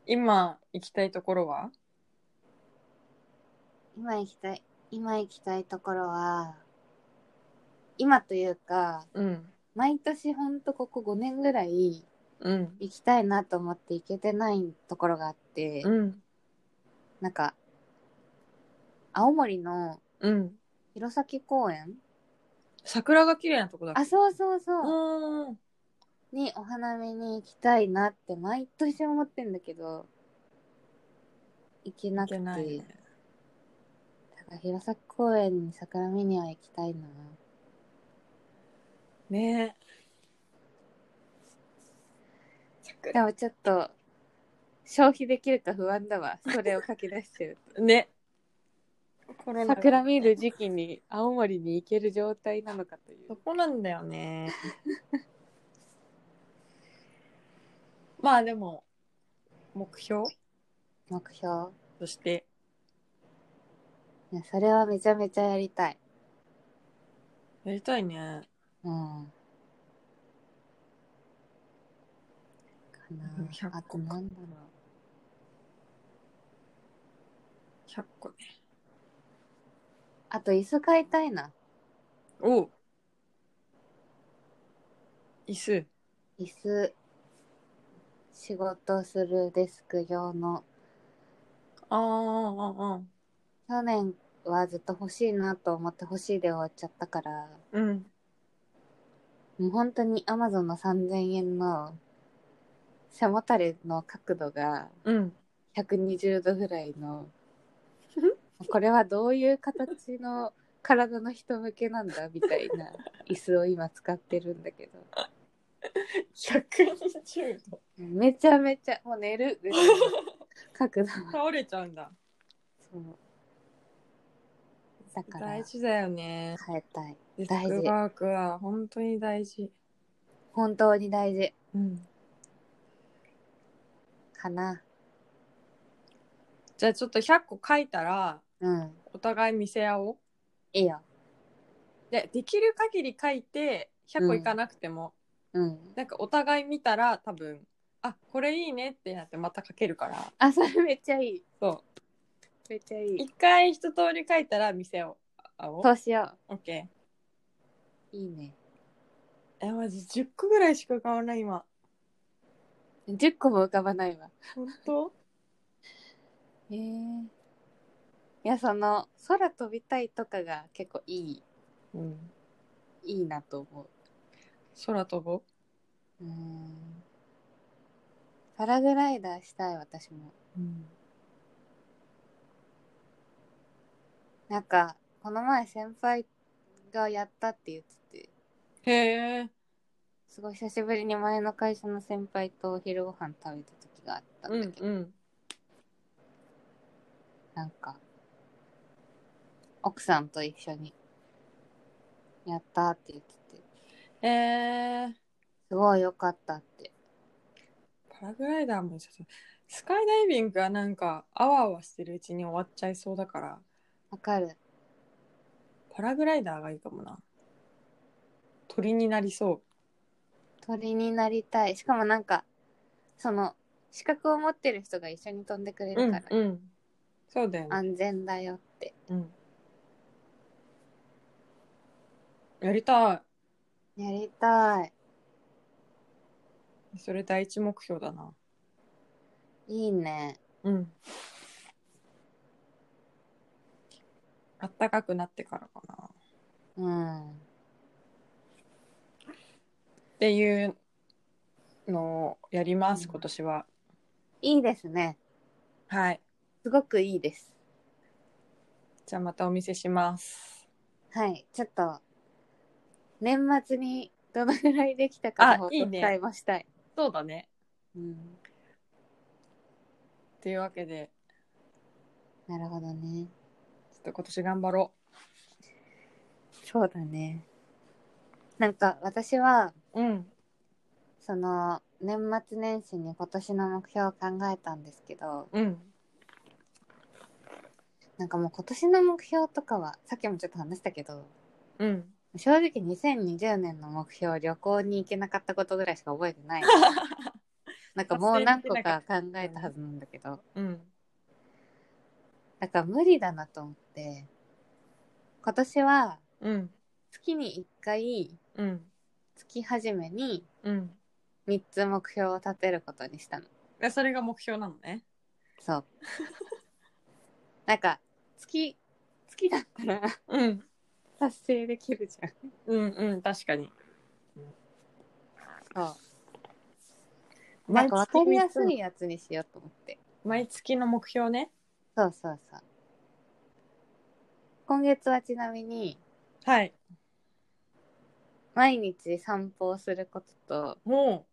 Speaker 2: 今行きたいところは
Speaker 1: 今行きたい、今行きたいところは、今というか、
Speaker 2: うん。
Speaker 1: 毎年ほんとここ5年ぐらい
Speaker 2: うん。
Speaker 1: 行きたいなと思って行けてないところがあって、
Speaker 2: うん。
Speaker 1: なんか、青森の
Speaker 2: うん。
Speaker 1: 弘前公園
Speaker 2: 桜が綺麗なとこだっけ
Speaker 1: あ、そうそうそう。
Speaker 2: うん。
Speaker 1: にお花見に行きたいなって毎年思ってんだけど、行けな
Speaker 2: 行
Speaker 1: くて。
Speaker 2: けないね。
Speaker 1: だから弘前公園に桜見には行きたいな。
Speaker 2: ね
Speaker 1: でもちょっと、消費できるか不安だわ。それを書き出してる。
Speaker 2: え。ね。コロナが
Speaker 1: 桜見る時期に青森に行ける状態なのかとい。
Speaker 2: そうこなんだよね。 まあでも、目標
Speaker 1: 目標。
Speaker 2: として、
Speaker 1: いや、それはめちゃめちゃやりたい。
Speaker 2: やりたいね。
Speaker 1: うん。か
Speaker 2: うん100
Speaker 1: な。あとなんだろ
Speaker 2: 100個ね。
Speaker 1: う。あと椅子買いたいな。
Speaker 2: おう椅子。
Speaker 1: 椅子。仕事するデスク用の。
Speaker 2: ああ、ああ、
Speaker 1: 去年はずっと欲しいなと思って欲しいで終わっちゃったから、
Speaker 2: うん。
Speaker 1: もう本当に Amazon の3000円の背もたれの角度が
Speaker 2: うん。
Speaker 1: 120度ぐらいのこれはどういう形の体の人向けなんだみたいな椅子を今使ってるんだけど
Speaker 2: 120度。
Speaker 1: めちゃめちゃもう寝るぐらいの角度
Speaker 2: 倒れちゃうんだ。
Speaker 1: そうだから
Speaker 2: 大事だよね。
Speaker 1: 変えたい
Speaker 2: デス
Speaker 1: 大事
Speaker 2: クワークは本当に大事。
Speaker 1: 本当に大事
Speaker 2: うん。
Speaker 1: かな
Speaker 2: じゃあちょっと100個書いたら、
Speaker 1: うん
Speaker 2: お互い見せ合おう。
Speaker 1: いいよ
Speaker 2: で、できる限り書いて、100個いかなくても、
Speaker 1: うん
Speaker 2: なんかお互い見たら多分、あ、これいいねってなってまた書けるから。
Speaker 1: あそれめっちゃいい
Speaker 2: そ。
Speaker 1: めっちゃいうい
Speaker 2: 一回一通り書いたら見せ合おう。
Speaker 1: そうしよ
Speaker 2: オッケ
Speaker 1: う
Speaker 2: ー。
Speaker 1: いいね
Speaker 2: え、マジ10個ぐらいしか浮かばない今。
Speaker 1: 10個も浮かばないわ
Speaker 2: 本当
Speaker 1: へえいやその空飛びたいとかが結構いい
Speaker 2: うん。
Speaker 1: いいなと思
Speaker 2: 空飛ぼう
Speaker 1: ううんパラグライダーしたい私も
Speaker 2: うん。
Speaker 1: なんかこの前先輩がやったって言ってて
Speaker 2: へえ。
Speaker 1: すごい久しぶりに前の会社の先輩とお昼ご飯食べた時があったん
Speaker 2: う
Speaker 1: だ
Speaker 2: ん
Speaker 1: けど、
Speaker 2: うん。
Speaker 1: なんか奥さんと一緒にやったって言ってて
Speaker 2: へえ。
Speaker 1: すごい良かったって
Speaker 2: パラグライダーもちょっと、スカイダイビングがなんか、あわあわしてるうちに終わっちゃいそうだから、
Speaker 1: わかる
Speaker 2: パラグライダーがいいかもな。鳥になりそ
Speaker 1: 鳥になりたいしかもなんかその資格を持ってる人が一緒に飛んでくれ
Speaker 2: う。
Speaker 1: るから、
Speaker 2: うん。そうだよね。
Speaker 1: 安全だよって
Speaker 2: うん。やりた
Speaker 1: やりたい
Speaker 2: い。それ第一目標だな。
Speaker 1: いいね
Speaker 2: うん。あったかくなってからかな。
Speaker 1: うん。
Speaker 2: っていうのをやります、
Speaker 1: うん
Speaker 2: 今年は。
Speaker 1: いいですね。
Speaker 2: はい。
Speaker 1: すごくいいです。
Speaker 2: じゃあまたお見せします。
Speaker 1: はい。ちょっと、年末にどのぐらいできたか
Speaker 2: あ
Speaker 1: の報告
Speaker 2: いいね
Speaker 1: 会もしたい。
Speaker 2: そうだね。
Speaker 1: うん。
Speaker 2: というわけで、
Speaker 1: なるほどね。
Speaker 2: ちょっと今年頑張ろ
Speaker 1: そうだね。なんか私は、
Speaker 2: う。うん。
Speaker 1: その、年末年始に今年の目標を考えたんですけど、
Speaker 2: うん。
Speaker 1: なんかもう今年の目標とかは、さっきもちょっと話したけど、
Speaker 2: うん。
Speaker 1: 正直2020年の目標旅行に行けなかったことぐらいしか覚えて ないなんかもう何個か考えたはずなんだけど
Speaker 2: うん。
Speaker 1: だから無理だなと思って今年は
Speaker 2: うん。
Speaker 1: 月に1回
Speaker 2: うん。
Speaker 1: 月初めに
Speaker 2: うん。
Speaker 1: 3つ目標を立てることにしたの
Speaker 2: でそれが目標なのね。
Speaker 1: そうなんか月月だったら
Speaker 2: うん。
Speaker 1: 達成できるじゃん
Speaker 2: うんうん、確かに。
Speaker 1: そうなんか分かりやす
Speaker 2: 毎月
Speaker 1: いやつにしようと思って
Speaker 2: 毎月の目標ね。
Speaker 1: そうそうそう。今月はちなみに、
Speaker 2: はい。
Speaker 1: 毎日散歩をすることと、
Speaker 2: も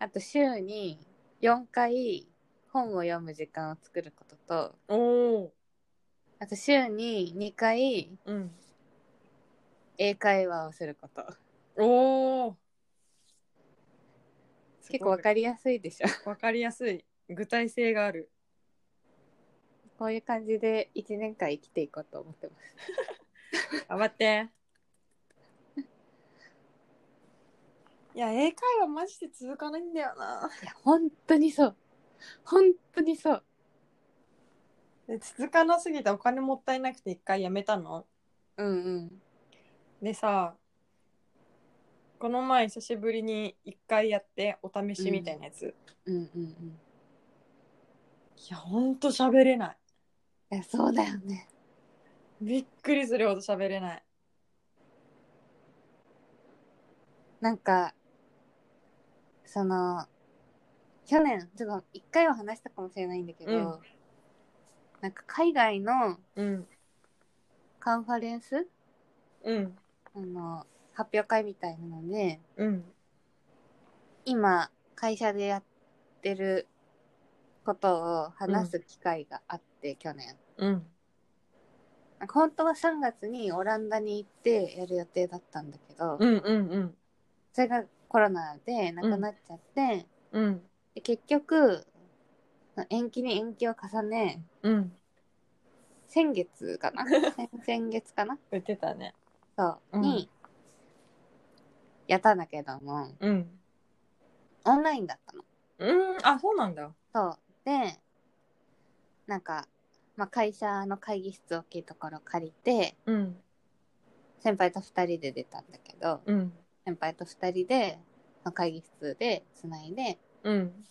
Speaker 1: あと週に4回本を読む時間を作ることと、
Speaker 2: う。おお。
Speaker 1: あと週に2回
Speaker 2: うん。
Speaker 1: 英会話をすること。
Speaker 2: おお。
Speaker 1: 結構わかりやすいでしょ。
Speaker 2: わかりやすい。具体性がある。
Speaker 1: こういう感じで1年間生きていこうと思ってます。
Speaker 2: 頑張って。いや、英会話マジで続かないんだよな。
Speaker 1: いや、本当にそう。本当にそう。
Speaker 2: で続かなすぎてお金もったいなくて一回やめたの。
Speaker 1: うんうん。
Speaker 2: でさ、この前久しぶりに一回やってお試しみたいなやつ。い
Speaker 1: うんうんうん。
Speaker 2: や、ほんと喋れない。
Speaker 1: いや、そうだよね。
Speaker 2: びっくりするほど喋れない。
Speaker 1: なんか、その、去年、ちょっと一回は話したかもしれないんだけど、
Speaker 2: うん
Speaker 1: なんか海外の
Speaker 2: うん。
Speaker 1: カンファレンス
Speaker 2: うん。
Speaker 1: あの、発表会みたいなので、
Speaker 2: うん。
Speaker 1: 今、会社でやってることを話す機会があって、去年。
Speaker 2: うん。
Speaker 1: なんか本当は3月にオランダに行ってやる予定だったんだけど、
Speaker 2: うんうんうん。
Speaker 1: それがコロナでなくなっちゃって、
Speaker 2: うん。
Speaker 1: で結局、延期に延期を重ね、
Speaker 2: うん。
Speaker 1: 先月か な先々月かな
Speaker 2: 言ってたね。
Speaker 1: そう、
Speaker 2: うん
Speaker 1: にやったんだけども
Speaker 2: うん。
Speaker 1: オンラインだったの
Speaker 2: うん。あ、そうなんだ。
Speaker 1: そうでなんか、まあ、会社の会議室大きいところ借りて
Speaker 2: うん。
Speaker 1: 先輩と2人で出たんだけど
Speaker 2: うん。
Speaker 1: 先輩と2人でその会議室でつないで
Speaker 2: うん。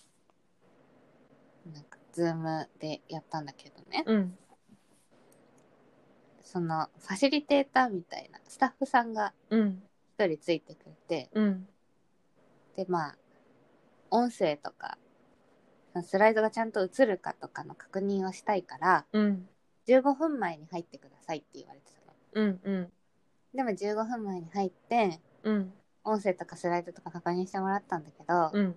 Speaker 1: なんかズームでやったんだけどね
Speaker 2: うん。
Speaker 1: そのファシリテーターみたいなスタッフさんが
Speaker 2: うん。
Speaker 1: 1人ついてくれて
Speaker 2: うん。
Speaker 1: でまあ音声とかスライドがちゃんと映るかとかの確認をしたいから
Speaker 2: うん。
Speaker 1: 15分前に入ってくださいって言われてたの
Speaker 2: うん。うん。
Speaker 1: でも15分前に入って
Speaker 2: うん。
Speaker 1: 音声とかスライドとか確認してもらったんだけど、
Speaker 2: うん。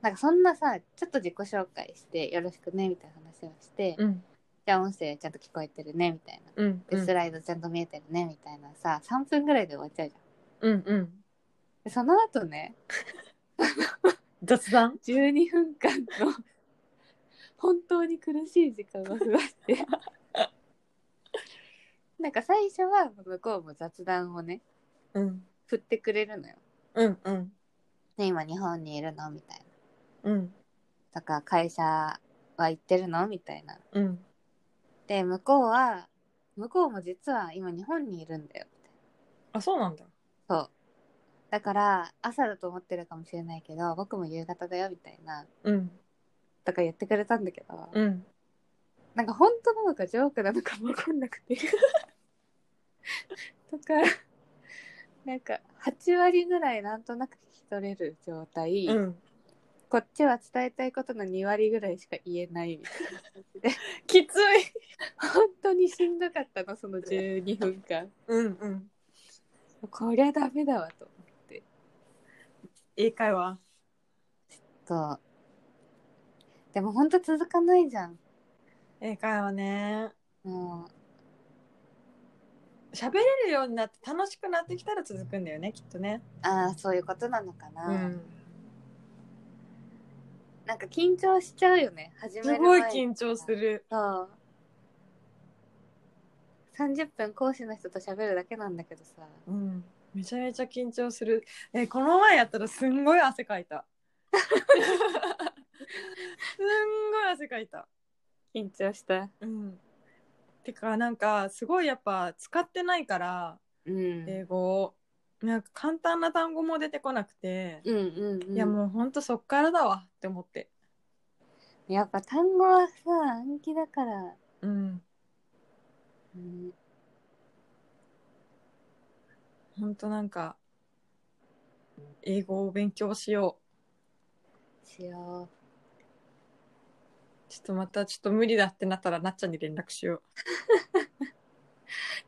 Speaker 1: なんかそんなさちょっと自己紹介してよろしくねみたいな話をして、
Speaker 2: うん。
Speaker 1: じゃあ音声ちゃんと聞こえてるねみたいな
Speaker 2: うん。
Speaker 1: でスライドちゃんと見えてるねみたいなさ3分ぐらいで終わっちゃうじゃん
Speaker 2: うん。うん。
Speaker 1: でその後ね
Speaker 2: 雑談
Speaker 1: 12分間の本当に苦しい時間が増わって なんか最初は向こうも雑談をね
Speaker 2: うん。
Speaker 1: 振ってくれるのよ、
Speaker 2: うん。うん。
Speaker 1: ね、今日本にいるのみたいな
Speaker 2: うん。
Speaker 1: とか会社は行ってるのみたいな
Speaker 2: うん。
Speaker 1: で向こうは向こうも実は今日本にいるんだよみ
Speaker 2: あ、そうなんだ。
Speaker 1: たいなそうだから朝だと思ってるかもしれないけど僕も夕方だよみたいな
Speaker 2: うん。
Speaker 1: とか言ってくれたんだけど、
Speaker 2: うん。
Speaker 1: なんか本当なのかジョークなのかも分かんなくて とかなんか8割ぐらいなんとなく聞き取れる状態、
Speaker 2: うん、
Speaker 1: こっちは伝えたいことの2割ぐらいしか言えないみたいな感じで
Speaker 2: きつい
Speaker 1: 本当にしんどかったのその12分間
Speaker 2: うんうん
Speaker 1: こりゃダメだわと
Speaker 2: 英会話
Speaker 1: とでも本当続かないじゃん
Speaker 2: 英会話ね
Speaker 1: も
Speaker 2: 喋れるようになって楽しくなってきたら続くんだよねきっとね
Speaker 1: うああそういうことなのかな、
Speaker 2: うん
Speaker 1: なんか緊張しちゃうよね始め
Speaker 2: す
Speaker 1: る
Speaker 2: ご
Speaker 1: 前
Speaker 2: い緊張する
Speaker 1: そう30分講師の人と喋るだけなんだけどさ
Speaker 2: うんめちゃめちゃ緊張するえこの前やったらすんごい汗かいた すんごい汗かいた
Speaker 1: 緊張した
Speaker 2: うんてかなんかすごいやっぱ使ってないから
Speaker 1: うん、
Speaker 2: 英語をなんか簡単な単語も出てこなくて、
Speaker 1: うんうんうん
Speaker 2: いやもうほんとそっからだわって思って
Speaker 1: やっぱ単語はさ暗記だから、
Speaker 2: うん
Speaker 1: うん、
Speaker 2: ほんとなんか英語を勉強しよ
Speaker 1: しよ
Speaker 2: うちょっとまたちょっと無理だってなったらなっちゃんに連絡しよ
Speaker 1: う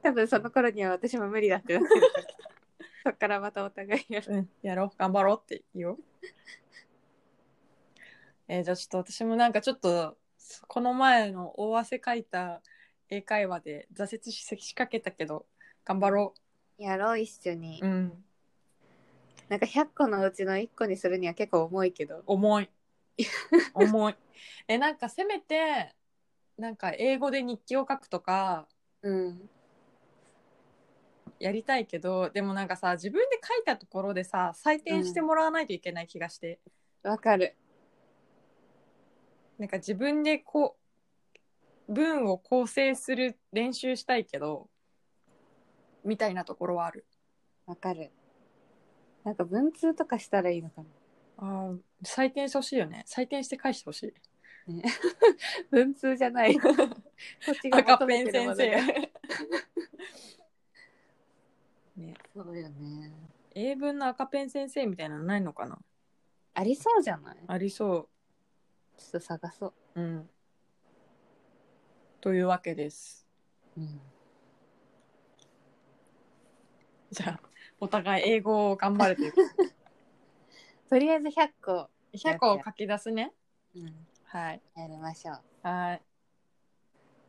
Speaker 1: 多分その頃には私も無理だってなってるからそっからまたお 互いやる
Speaker 2: ううんやろう頑張ろうって言おう えーじゃあちょっと私もなんかちょっとこの前の大汗かいた英会話で挫折しかけたけど頑張ろ
Speaker 1: やろう一緒に、
Speaker 2: ううん
Speaker 1: なんか100個のうちの1個にするには結構重いけど
Speaker 2: 重 い重いえなんかせめてなんか英語で日記を書くとか
Speaker 1: うん
Speaker 2: やりたいけどでもなんかさ自分で書いたところでさ採点してもらわないといけない気がして、
Speaker 1: わかる
Speaker 2: なんか自分でこう文を構成する練習したいけどみたいなところはある
Speaker 1: わかるなんか文通とかしたらいいのかな
Speaker 2: あー採点してほしいよね採点して返してほしい
Speaker 1: 文通じゃないこっちが 求
Speaker 2: 赤ペ
Speaker 1: め
Speaker 2: ン
Speaker 1: てるも
Speaker 2: 先
Speaker 1: のが
Speaker 2: 生ね
Speaker 1: そうよね
Speaker 2: 英文の赤ペン先生みたいなのないのかな
Speaker 1: ありそうじゃない
Speaker 2: ありそ。
Speaker 1: ちょっと探そう
Speaker 2: うん。というわけです。
Speaker 1: う、うん、
Speaker 2: じゃあ、お互い英語を頑張るという こ
Speaker 1: とりあえず100個、
Speaker 2: と。100個を書き出すね。
Speaker 1: うん、
Speaker 2: はい。
Speaker 1: やりましょう
Speaker 2: は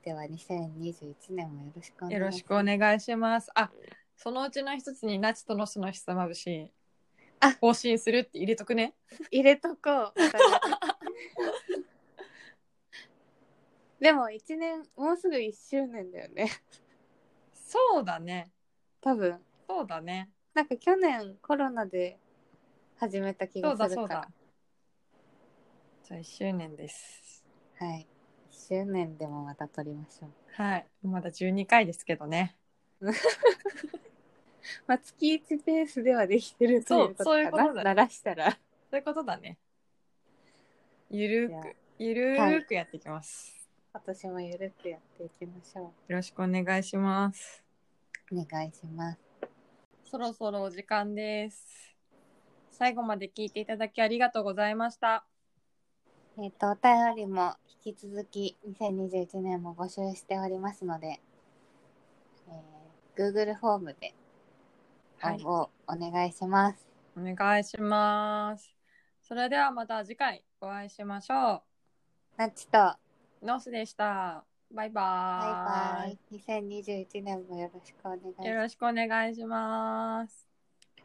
Speaker 1: では2021年もよろしくお
Speaker 2: い。
Speaker 1: 願
Speaker 2: よ
Speaker 1: いしま
Speaker 2: ろ
Speaker 1: す
Speaker 2: しくお願いします。あ、そのうちの一つに、ナチとノスのひさまぶし。
Speaker 1: あ
Speaker 2: 更新するって入れとくね。
Speaker 1: 入れとこうでも1年もうすぐ1周年だよね
Speaker 2: そうだね。
Speaker 1: 多分
Speaker 2: そうだね。
Speaker 1: なんか去年コロナで始めた気が
Speaker 2: そう
Speaker 1: する
Speaker 2: だ
Speaker 1: から
Speaker 2: そうだ。じゃあ、1周年です。
Speaker 1: はい1周年でもまた撮りましょう
Speaker 2: はい。まだ12回ですけどね。
Speaker 1: まあ月1ペースではできてると
Speaker 2: そ
Speaker 1: いううことかな
Speaker 2: そういうことだね
Speaker 1: 鳴らしたら
Speaker 2: そういうことだね。ゆる
Speaker 1: いや
Speaker 2: ーく、ゆるーくやっていきます。
Speaker 1: 今年もゆるくやっていきましょ
Speaker 2: よろしくお願いします。
Speaker 1: うお願いします
Speaker 2: そろそろお時間です。最後まで聞いていただきありがとうございました。
Speaker 1: えっ、とお便りも引き続き2021年も募集しておりますので、えー Google フォームで応
Speaker 2: はい
Speaker 1: 募、をお願いします
Speaker 2: お願いします。それではまた次回お会いしましょ
Speaker 1: なっちと
Speaker 2: う。ノースでした。バイ
Speaker 1: バ
Speaker 2: バーイ。
Speaker 1: イバイ2021年もよろしくお願いします
Speaker 2: よろしくお願いします。